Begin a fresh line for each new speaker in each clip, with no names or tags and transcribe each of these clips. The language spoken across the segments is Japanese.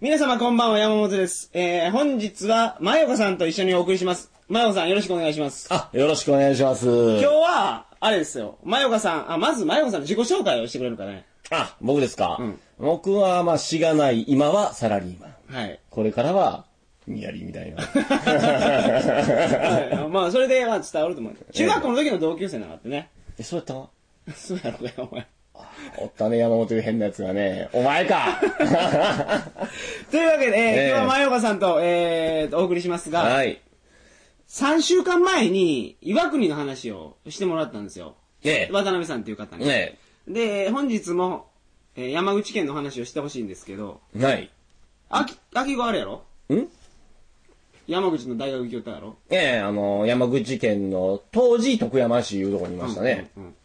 皆様こんばんは、山本です。えー、本日は、まよこさんと一緒にお送りします。まよこさん、よろしくお願いします。
あ、よろしくお願いします。
今日は、あれですよ、まよこさん、あ、まずまよこさんの自己紹介をしてくれるかね。
あ、僕ですか。
ん
僕は、まあ、しがない、今はサラリーマン。
はい。
これからは、にやりみた いな。
はいまあ、それで、まあ、伝わると思う。中学校の時の同級生なかったね。
え、そうやったの
そうやろうが、お前。
おったね、山本という変なやつがね。お 前か
というわけで、えー
ええ
今日はまよこさんと、えー、お送りしますが、
はい。
3週間前に、岩国の話をしてもらったんですよ。
ね
渡辺さんっていう方
え、
に。
ね
で、本日も、えー山口県の話をしてほしいんですけど、
え、ない。
秋、秋があれやろ
んえ
山口の大学行きよったやろ
え、あの、山口県の当時徳山市いうとこにいましたね。。
うんうんうん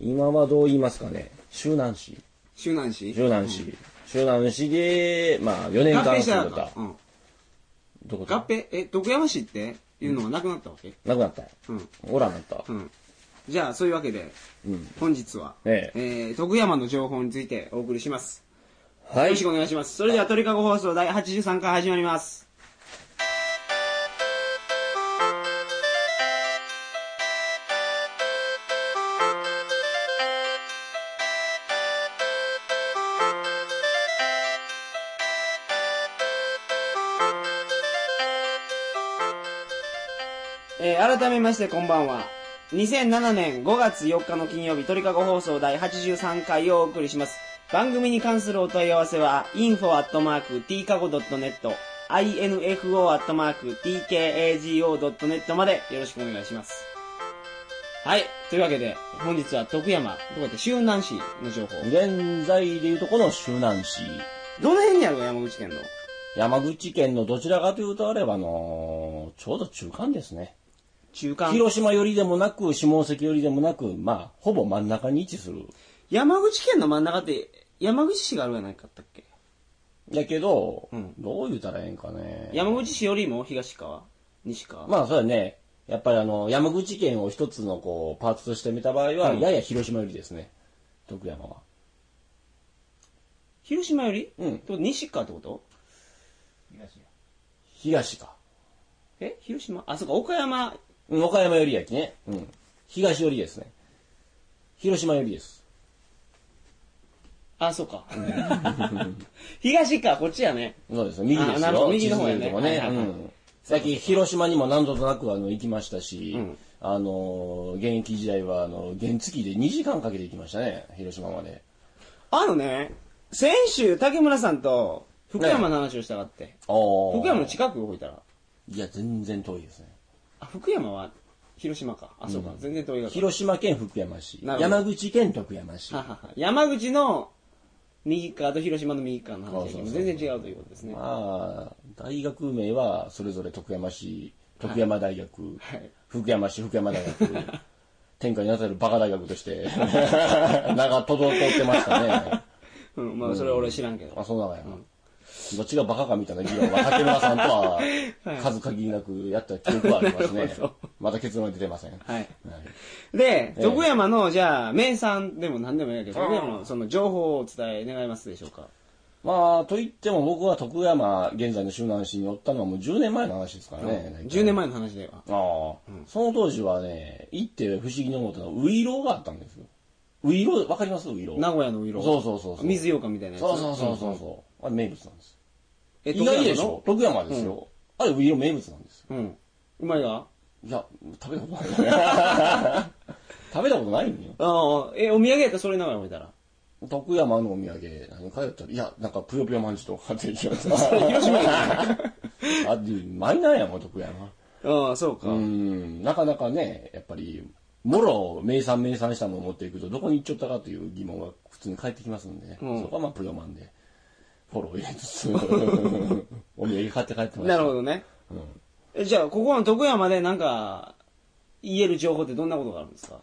今はどう言いますかね。周南市。
周南市
周南市。周南市で、まあ、4年
合
間
併し
住
た
ん
ら
でた
か。。うん。合
どこだ
併、え、徳山市っていうのはなくなったわけ
なくなった。
うん。
おらんなった
う。ん。じゃあ、そういうわけで、
うん。
本日は、
ええ
ー徳山の情報についてお送りします。
は
よ
い
ろし。くお願いします。それでは鳥かご放送第83回始まります。えー改めましてこんばんは。2007年5月4日の金曜日、鳥かご放送第83回をお送りします。番組に関するお問い合わせは、info.tkago.net、info.tkago.net までよろしくお願いします。はい。というわけで、本日は徳山、どこやった周南市の情報。
現在でいうとこの周南市、
どの辺にあるか、山口県の。
山口県のどちらかというとあれば、あのーちょうど中間ですね。
中間。
広島寄りでもなく、下関寄りでもなく、まあ、ほぼ真ん中に位置する。
山口県の真ん中って、山口市があるやないかったっけ
やけど、
うん
どう言うたらええんかね。
山口市よりも東川西川
まあ、そうだね。やっぱりあの、山口県を一つのこう、パーツとして見た場合は、
うん
やや広島寄りですね。徳山は。
広島より
うん
ってこと西川ってこと
東か。
え広島あ、そうか、岡山。
うん岡山寄りやきね。うん。東寄りですね。広島寄りです。
あ、そうか。 東川、こっちやね。
そうですね、右で
あ
す
なるほど
よ。
右の方やね
地図でも
はい
ね。
はいはい
うんさっき広島にも何度となくあの行きましたし、
うん
あの現役時代はあの原付きで2時間かけて行きましたね、広島まで。
あのね、先週、竹村さんと福山の話をしたがって。
お
福山の近く動いたら。
いや、全然遠いですね。
あ、福山は広島か。あ、そうか。全然遠いが。
広島県福山市、
なるほど
山口県徳山市。
ははは山口の右側と広島の右側の話
そうそうそう
全然違うということですね。
まあ、大学名はそれぞれ徳山市、徳山大学、
はい
福山市、福山大学、 天下になさるバカ大学として、 なんかとどってましたね。
うん、まあ、それは俺知らんけど。
あ、そうなのやな。どっちがバカかみたいな議論は、竹村さん とは数限りなくやった記憶はあります
な
ね
るほど。
まだ結論は出てません。
はい
はい
で、
ええ
徳山の、じゃあ、名産でも何でもいいけど、徳山のその情報をお伝え願いますでしょうか。
まあ、と言っても僕は徳山、現在の周南市におったのはもう10年前の話ですからね。
10年
前
前の話では。
ああ、その当時はね、行って不思議に思ったのは、ウイローがあったんですよ。ウイロー、わかりますウイロー。
名古屋のウイロー。
そうそうそうそう
水羊羹みたいなやつ。
そうそうそうそうそう。あれ名物なんです。
え
意外でしょ徳山ですよ。あれウイロー名物なんですよ。
徳山のうん。うまいわ。
いや、食べたことない。食べたことないんよ。
ああ、え、お土産やったらそれながら置いたら。
徳山のお土産、何買えたら、いや、なんか、ぷよぷよまんじゅうとか買ってきました。
広島や
あ、で、マイナーやもん、徳山。
ああ、そうか。
うーん、なかなかね、やっぱり、もろ、名産名産したものを持っていくと、どこに行っちゃったかという疑問が普通に返ってきますんで、
うん
そこはまあ、ぷよまんで、フォロー入れつつ、 お土産買って帰ってました。
なるほどね。えじゃあ、ここの徳山でなんか、言える情報ってどんなことがあるんですか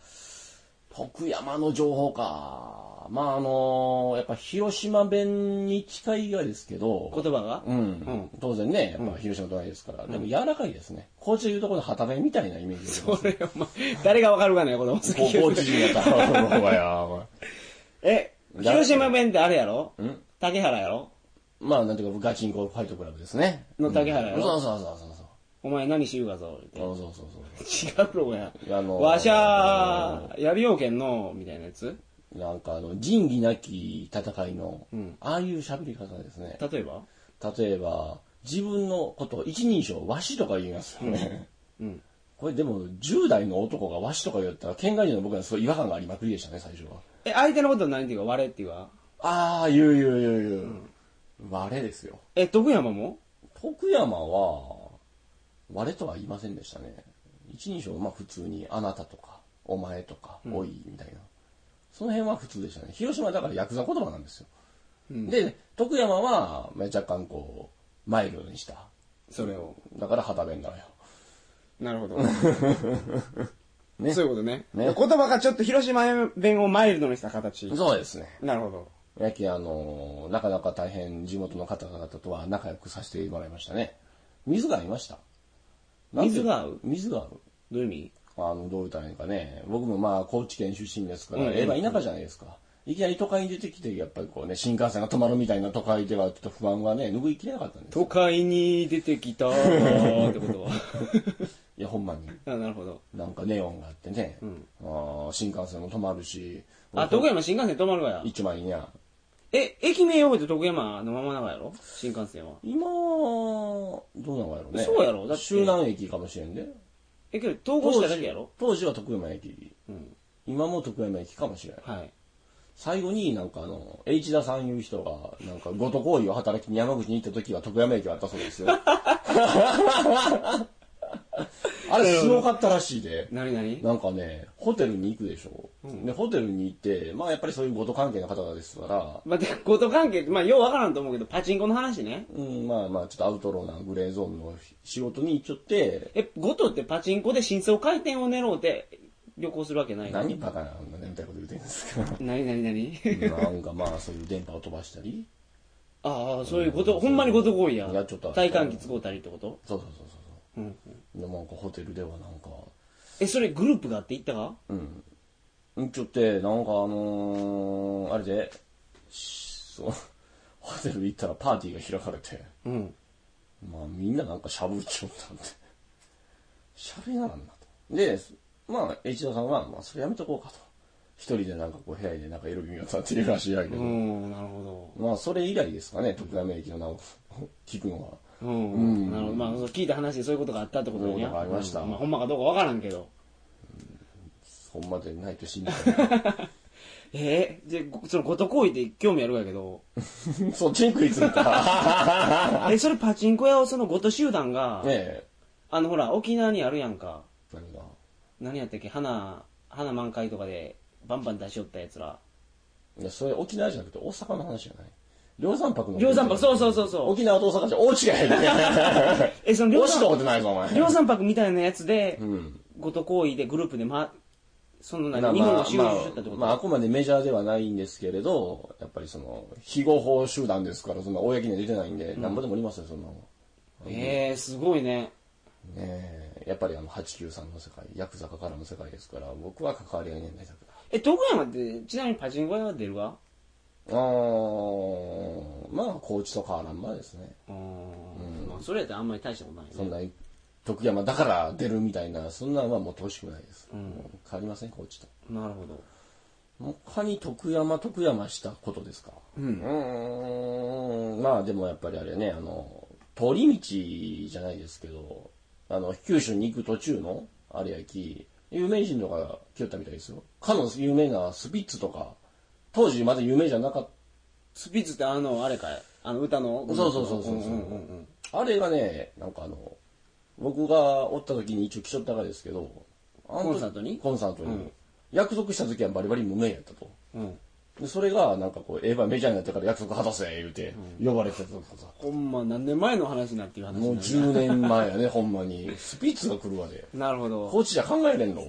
徳山の情報か。まあ、あのやっぱ広島弁に近いがですけど、
言葉が
うん、
ん
当然ね、やっぱ広島隣ですから、でも柔らかいですね。高知でいうところの旗弁みたいなイメージです。
これ、お前、誰がわかるかね、子供好き。
高知人やったら、 お前や、お前。
え、広島弁ってあれやろ
ん
竹原やろ
まあ、なんていうか、ガチンコファイトクラブですね。
の竹原やろ
そうそうそうそうそう。
お前何しゆうがぞ、言
そうそうそうそう
て。違うろや。
う。あの
わしゃー、やりようけんの、みたいなやつ
なんかあの、仁義なき戦いの、
ん
ああいう喋り方ですね。
例えば
例えば、自分のことを一人称、わしとか言いますよね。
うん。
これでも、10代の男がわしとか言ったら、県外人の僕はすごい違和感がありまくりでしたね、最初は。
え、相手のことは何て言うか、我って言うか。
ああ、言う言う言う言う。我ですよ。
え、徳山も
徳山は、我とは言いませんでしたね。一人称、まあ普通に、あなたとか、お前とか、おい、みたいな。その辺は普通でしたね。広島はだからヤクザ言葉なんですよ。で、徳山は、まあ若干こう、マイルドにした。
それを。
だから旗弁なのよ。
なる ほど。
ね
そういうことね。
ね
言葉がちょっと広島弁をマイルドにした形。
そうですね。
なるほど。
やき、あの、なかなか大変地元の方々とは仲良くさせてもらいましたね。水が合いました。なんて
水が合う
水が合う。
どういう意味
あの、どう言ったらいいのかね。僕もまあ、高知県出身ですから、
うんうんうん
ええまあ田舎じゃないですか。いきなり都会に出てきて、やっぱりこうね、新幹線が止まるみたいな都会では、ちょっと不安がね、拭いきれなかったんですよ
都会に出てきたーってことは。
いや、ほんまに。
あなるほど。
なんかネオンがあってね、あー新幹線も止まるし、
あ、徳山新幹線止まるわや。
一枚にや。
え、駅名覚えて徳山のままながやろ新幹線は。
今、どうなのやろうね。
そうやろだって
周南駅かもしれんで。
え、けど統合しただけやろ
当時は徳山駅。
ん
今も徳山駅かもしれない。
はい。
最後になんかあの、H 田さんいう人が、なんか、ごと行為を働きに山口に行った時は徳山駅はあったそ うですよ。あれすごかったらしいで。
なになに
なんかね、ホテルに行くでしょ。で、ホテルに行って、まあやっぱりそういうごと関係の方々ですから、
まあ、で、こと関係って、まあ、ようわからんと思うけど、パチンコの話ね。
うん、まあまあちょっとアウトローなグレーゾーンの仕事に行っちゃって、
え、ゴトってパチンコで真相回転を狙うて旅行するわけないの
何バカな、あんなねみたいなこと言うてんで すか。
なになになに
なんかまあそういう電波を飛ばしたり、
ああ、そういうこと、ほんまにこと行為や。
いやちょっとあった
体幹機使うたりってこと
そうそうそうそう。うでなんかホテルではなんか、
え、それグループがあって行ったか
うんちょって、なんかあのー、あれで、しそう、ホテル行ったらパーティーが開かれて、
うん。
まあみんななんかしゃぶっちゃったんで、しゃべりならんなと。で、まあ、H 田さんは、まあそれやめとこうかと。一人でなんかこう部屋でなんかエロビを立ってるらしいやけど、
うん、なるほ
まあそれ以来ですかね、徳川駅の名を 聞くのは。
ど。うん。なるほど。まあ、そう聞いた話でそういうことがあったってこと
そういう
ね。
ことがありました
うんまあ、ほんまかどうかわからんけど。
ほんまでないと信じた い。
えー、で、ごそのゴト行為って興味あるやけ ど。
そっちに食いついた。
え、それパチンコ屋をそのゴト集団が、
ねえ、
あの、ほら、沖縄にあるやんか。
何が。
何やったっけ花、花満開とかでバンバン出しよったやつら。
いや、それ沖縄じゃなくて大阪の話じゃない。両三泊の。
両三泊、そうそうそうそう。
沖縄と大阪じゃ大違いだね。
え、その
大
両
しか
三
ことないぞ、お前。
両三泊みたいなやつで
う、ん。
ごと行為でグループで、ま、その
まあ
何、日
ま
本
あ
を収容しちゃったってこと
まあ、あくまでメジャーではないんですけれど、やっぱりその、非合法集団ですから、そんな公には出てないんで、なんぼでもおりますよ、そんなの。
ええー、すごいね。
ねえ、やっぱりあの、893の世界、ヤクザかからの世界ですから、僕は関わり合いないんだけど。
え、徳山って、ちなみにパチンコ屋は出るわ
あー、まあ、高知と変わらんまですね。
うーん。まあ、それやったらあんまり大したことない
そん
ね。
な、徳山だから出るみたいな、そんなんはもうとしくないです。もう変わりません、高知と。
なるほど。
他に徳山、徳山したことですかうん。ん、まあでもやっぱりあれね、あの、通り道じゃないですけど、あの、九州に行く途中の、あれやき、有名人とか来よったみたいですよ。かの有名なスピッツとか、当時まだ有名じゃなかっ
スピッツってあの、あれかいあの歌の
た。そうそうそうそう。
んんんうん
あれがね、なんかあの、僕がおった時に一応来ちょったがですけど、あの時
コンサートに
コンサートに。約束した時はバリバリ無名やったと。
うん。
で、それが、なんかこう、エヴァメジャーになってから約束果たせ、言うて、呼ばれてたとかさ。
ほんま、何年前の話になっていう話
もう
になる
10年 前やね、ほんまに。スピッツが来るわで。
なるほど。
コーチじゃ考えれんの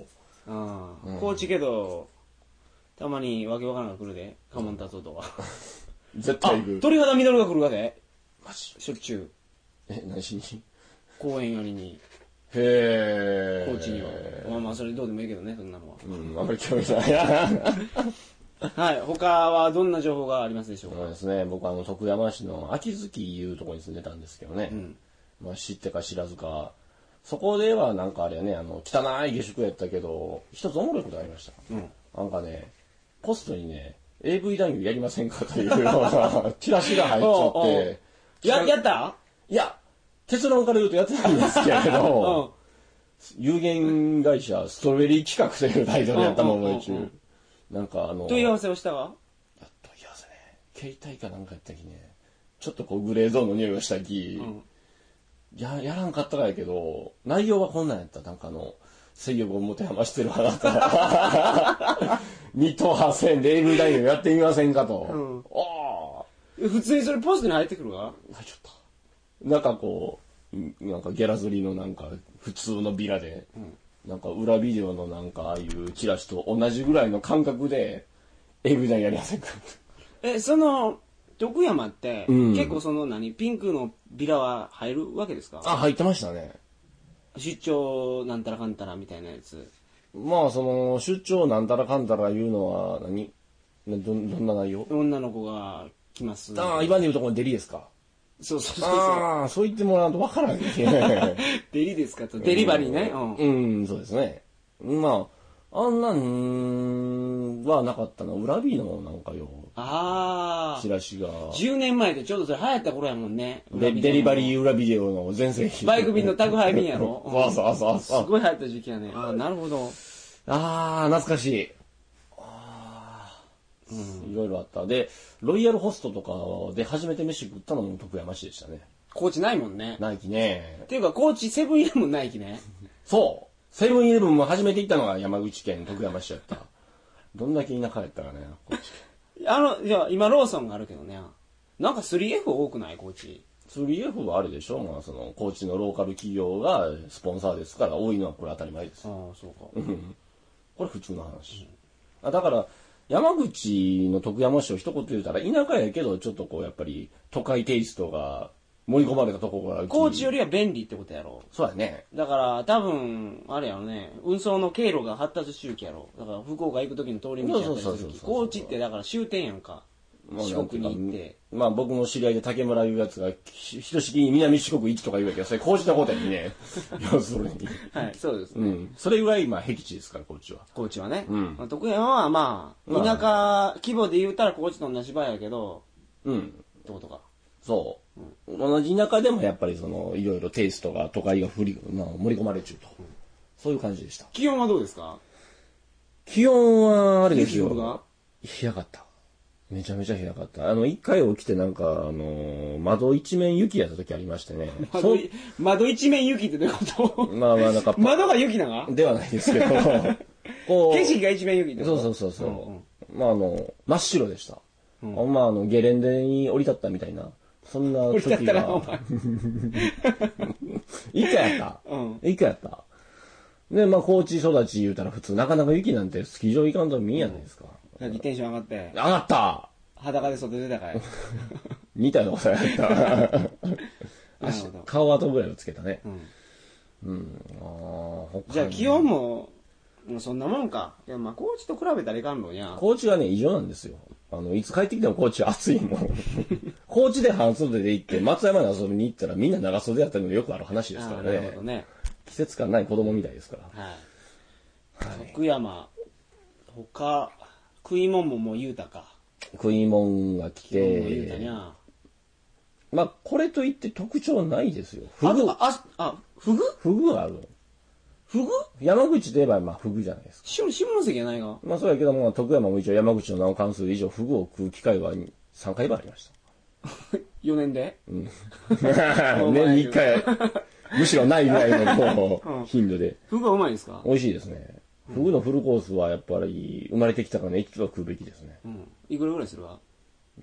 ああ、高知けど、たまにわけわからんが来るで。カモンタツオとか。
絶
あ
対行、く。
鳥肌ミドルが来るわで。
マジ
しょっちゅう。
え、何しにへ
公園寄りに、
え。
高知には。まあまあ、それどうでもいいけどね、そんなのは。
うん、あんまり興味ない。
はい。他はどんな情報がありますでしょうか
そうですね、僕はあの徳山市の秋月いうところに住んでたんですけどね、まあ、知ってか知らずか、そこではなんかあれやね、あの汚い下宿やったけど、一つおもろいことがありました。なんかね、ポストにね、AV 男優やりませんかというような チラシが入っちゃ
おう
っ
お
て
う、や、やった
いや、結論から言うとやってたんですけ れ
うん
ど、。有限会社ストロベリー企画というタイトルやったも
う
の
んうんう
中、なんかあの、
問い合わせをしたわ。
やっといやせね携帯かなんかやったきねちょっとこうグレーゾーンの匂いがしたき、
ん
ややらんかったかやけど内容はこんなんやったなんかあの制御を持て余してるあな た二等破線で AV 男優やってみませんかと、
ん
あ
普通にそれポストに入ってくるわ。
あ入っちゃったなんかこうんなんかギャラ釣りのなんか普通のビラで、なんか裏ビデオのなんかああいうチラシと同じぐらいの感覚で AV 男優やりませんか
え、その、徳山って、
うん
結構その何、ピンクのビラは入るわけですか
あ入ってましたね
出張なんたらかんたらみたいなやつ。
まあ、その、出張なんたらかんたら言うのは何、など、どんな内容
女の子が来ます。
ああ、今で言うとこのデリですか。
そうそうそうそう。
ああ、そう言ってもらうとわからんね。
デリですかと。 デリバリーね。うん。
うん、そうですね。まあ、あんなんはなかったな。裏ビーのなんかよ、
あ
チラシが。
あ。10年前でちょうどそれ流行った頃やもんね。
でデリバリー裏ビデオの全盛期。
バイク 便の宅配便やろ
そうそうそう
す
そう。
ごい流行った時期やね。ああ、なるほど。
ああ、懐かしい。ああ、いろいろあった。で、ロイヤルホストとかで初めて飯食ったのも徳山市でしたね。
高知ないもんね。
ナイキね
っ。ていうか、高知セブンイレブンないきね。
そうセブンイレブンも初めて行ったのが山口県徳山市やった。どんだけ田舎やったかね、こっち。
あの、いや、今ローソンがあるけどね。なんか 3F 多くない高知。
3F はあれでしょまあその、高知のローカル企業がスポンサーですから、多いのはこれ当たり前です
ああ。、そうか。
これ普通の話。あだから、山口の徳山市を一言言うたら、田舎やけど、ちょっとこう、やっぱり、都会テイストが盛り込まれたところがうち
高知よりは便利ってことやろ。
そうやね。
だから、多分、あれやろね、運送の経路が発達周期やろ。だから、福岡行く時の通り道やった
そう
りす
そうそう
る
そう
き。
そう
高知ってだから終点やんか。
もうな
四
んてい
国
うか
に行って。。
まあ僕の知り合いで竹村いうやつが、ひひとしきに南四国行きとか言うわけど、それ高知のことや にね。要するに。
はい、そうです
う
ね。
ん。それぐらい、まあ、僻地ですから、高知は。
高知はね。
うん
まあ徳山はまあ、
ま
田舎規模で言うたら高知と同じ場合やけど、
うん。
ってことか。
そう。同じ田舎でもやっぱりその、いろいろテイストが、都会が振り、まあ、盛り込まれちゅうと。そういう感じでした。
気温はどうですか
気温は、あれです
雪が
よ。冷やかった。めちゃめちゃ冷やかった。あの、一回起きてなんか、あのー窓一面雪やった時ありましてね。
窓い窓一面雪ってどういうこと
そうまあまあ、なんか、
窓が雪なが
ではないですけ ど、こう。
景色が一面雪ってこ
そ
と
うそうそうそう、まああの真っ白でした、あまああのゲレンデに降り立ったみたいなそんな
降り立っ
時
たらお
が
前。
一回やった、
うん
一回やったでまあ高知育ち言うたら普通なかなか雪なんてスキー場行かんと見えやないですか、
さっきテンション上がって、
上がった
裸で外出たかい。
みたいなことやった
なる
足
ほど、
顔跡ぐらいをつけたねうんあー
じゃあ気温も、もうそんなもんか。いや、まあ高知と比べたらいかんのや。
高知はね、異常なんですよ。あの、いつ帰ってきても高知は暑いもん。 高知で半袖で行って、松山に遊びに行ったらみんな長袖やったのよくある話です
あ
か
あな
ら
るほ
ね
ど。ね。
季節感ない子供みたいですから。
はい。徳山、他、食い物ももう言うたか。
食い物が来
もう言うたに
て、
ゃ。
まあ、これといって特徴ないですよ。フ
あ
グ
と、、あ、あ、フグ
フグがある。
フグ
山口といえば、まあ、フグじゃないですか。
下下関やないが。
まあ、そうやけども、徳山も一応山口の名を冠する以上、フグを食う機会は3回はありました。
4年で
年に1回、むしろないぐらいのこう頻度で。
フグはうまいですか
美味しいですね。フグのフルコースはやっぱり生まれてきたからね、一度は食うべきですね。
うん。いくらぐらいするわ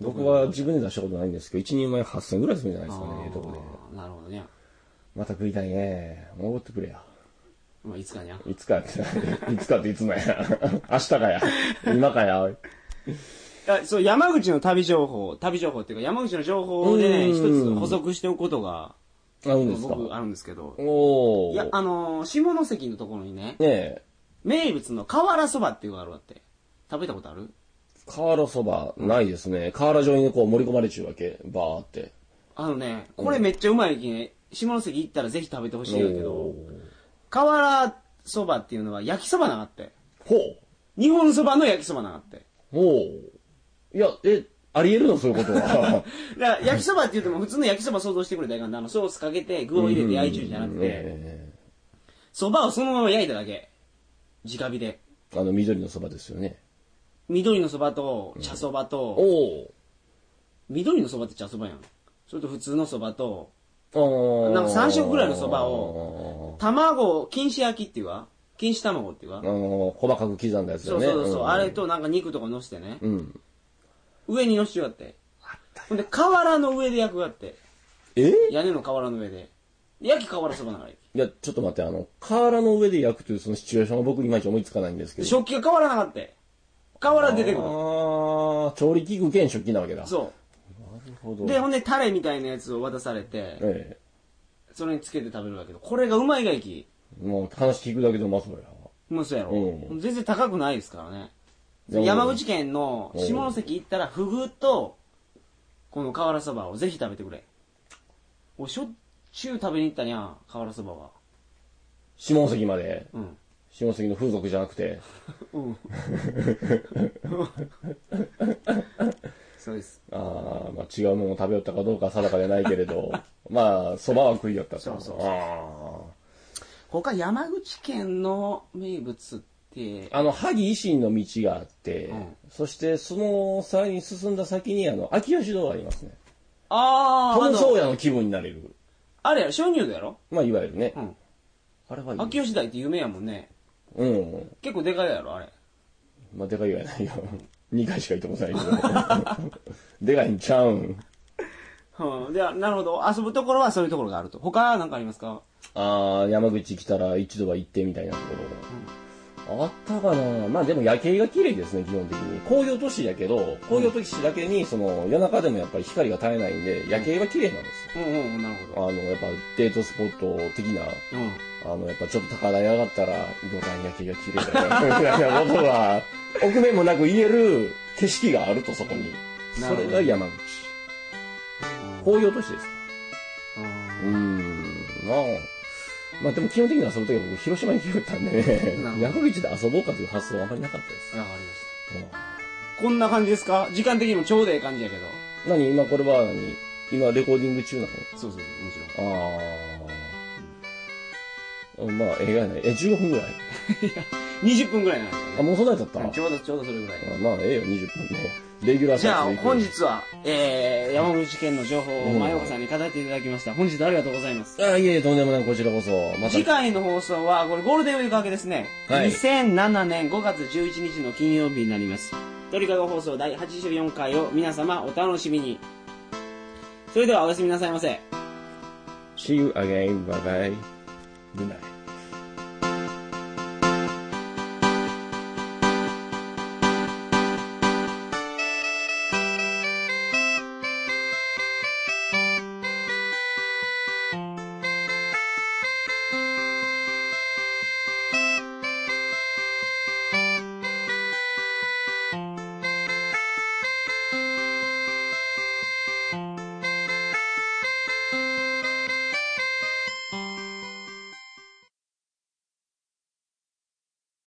僕は自分で出したことないんですけど、一人前8000ぐらいするんじゃないですかね、ええとこで。
あーなるほどね。
また食いたいね。戻ってくれや。
まあ、いつかにゃ。
いつかって、いつかっていつもや。 明日かや。今かや。
あそう、山口の旅情報、旅情報っていうか、山口の情報でね、
う
一
ーん
つ補足しておくことが、
あるんですか
僕あるんですけど、
お
いや、
ー。
あのー下関のところにね、
ねえ、
名物の瓦そばっていうのがあるわって。食べたことある
瓦そば、ないですね。瓦状にこう盛り込まれちゅうわけ。バーって。
あのね、これめっちゃうまいきね、下関行ったらぜひ食べてほしいんやけど
お、ー
瓦そばっていうのは焼きそばなあって。
ほ
日本そばの焼きそばなあって。
う。ほう。いや、え、ありえるのそういうことは。
だから焼きそばって言っても普通の焼きそば想像してくれたらいかんのあのソースかけて具を入れて 焼いちゅうじゃなくて、
え
そばをそのまま焼いただけ。直火で。
えあの、緑のそばですよね。
緑のそばと茶そばと、
お
緑のそばって茶そばやん。それと普通のそばと、
お。
なんか三色ぐらいのそばを。卵、錦糸焼きっていうわ。錦糸卵っていうわ
あ。の、細かく刻んだやつ
そ
だよ
う
ね。
そうそう。
ん
あれ。となんか肉とか乗せてね。
うん。
上に乗せてようって。ほんで、瓦の上で焼くわって。
え
屋根の瓦の上で。で焼き瓦そばながら。
いや、ちょっと待って、あの、瓦の上で焼くというそのシチュエーションが僕いまいち思いつかないんですけ
で
ど。
食器が変わらなかった。瓦出てくる。
ああ、調理器具兼食器なわけだ。
そ
ほど
う。で、ほんで、タレみたいなやつを渡されて、
え
それにつけて食べるわけど、これがうまいがいき。
え。もう話聞くだけでうまそうや。
もうそうやろ。
うん
全然高くないですからね。
うん
山口県の下関行ったら、フグと、この瓦そばをぜひ食べてくれ。おしょっちゅう食べに行ったにゃん、瓦そばは。
下関まで。
うん。
下関の風俗じゃなくて。
うん。そうです。
ああ、まあ違うものを食べよったかどうかは定かでないけれ ど。まあ、蕎麦は食いよったと
そうそうそう
あ
他山口県の名物って
ー、あの、萩維新の道があって、
ん
そしてそのさらに進んだ先に、あの、秋吉堂がありますね。
あー、あ
トム・ソー
の、
ヤの気分になれる。
あれやろ、鍾乳洞やろ
まあ、いわゆるね。
うん。
あれはいい。
秋吉台って有名やもんね。
うん。
結構でかいやろ、あれ。
まあ、でかいわやないよ。2回しか行ったことないけど。 でかいんちゃうん。
うん。で、なるほど。遊ぶところはそういうところがあると。他なんかありますか
あー、山口来たら一度は行ってみたいなところ、あったかなまあでも夜景が綺麗ですね、基本的に。工業都市やけど、工業都市だけに、その、夜中でもやっぱり光が絶えないんで、夜景が綺麗なんですよ。
うんうんうん、なるほ
あの、やっぱデートスポット的な、
ど。うん。
あの、やっぱちょっと高台上がったら、五段夜景が綺麗だな、みたいなこと が、奥面もなく言える景色があると、そこに。
な
そ
るほど
れが山口。工業都市です。うーん、まあ、まあでも基本的に遊ぶときは僕広島に来よったんで
なる
ね、
ほど
山口で遊ぼうかという発想はあまりなかったです。
わかりました。こんな感じですか時間的にもちょうどええ感じやけど。
うん何今これは何今レコーディング中なの
そうそうそう、もちろん。
ああ、うんまあ映画やない。え、15分ぐらい
20分ぐらいなんですよね
あ、もうそんなやったった、
うんちょうどちょうどそれぐらい。
まあええよ、20分で。レギュラー
じゃあ
サイズで行く
本。日は、えー、山口県の情報を前岡さんに語っていただきました。本日はありがとうございます。
あ、いえいえ、とんでもない、こちらこそ。また
次回の放送は、これゴールデンウィーク明けですね。
はい
2007年5月11日の金曜日になります。鳥かご放送第84回を皆様お楽しみに。それではおやすみなさいませ。
See you again, bye bye. Good night.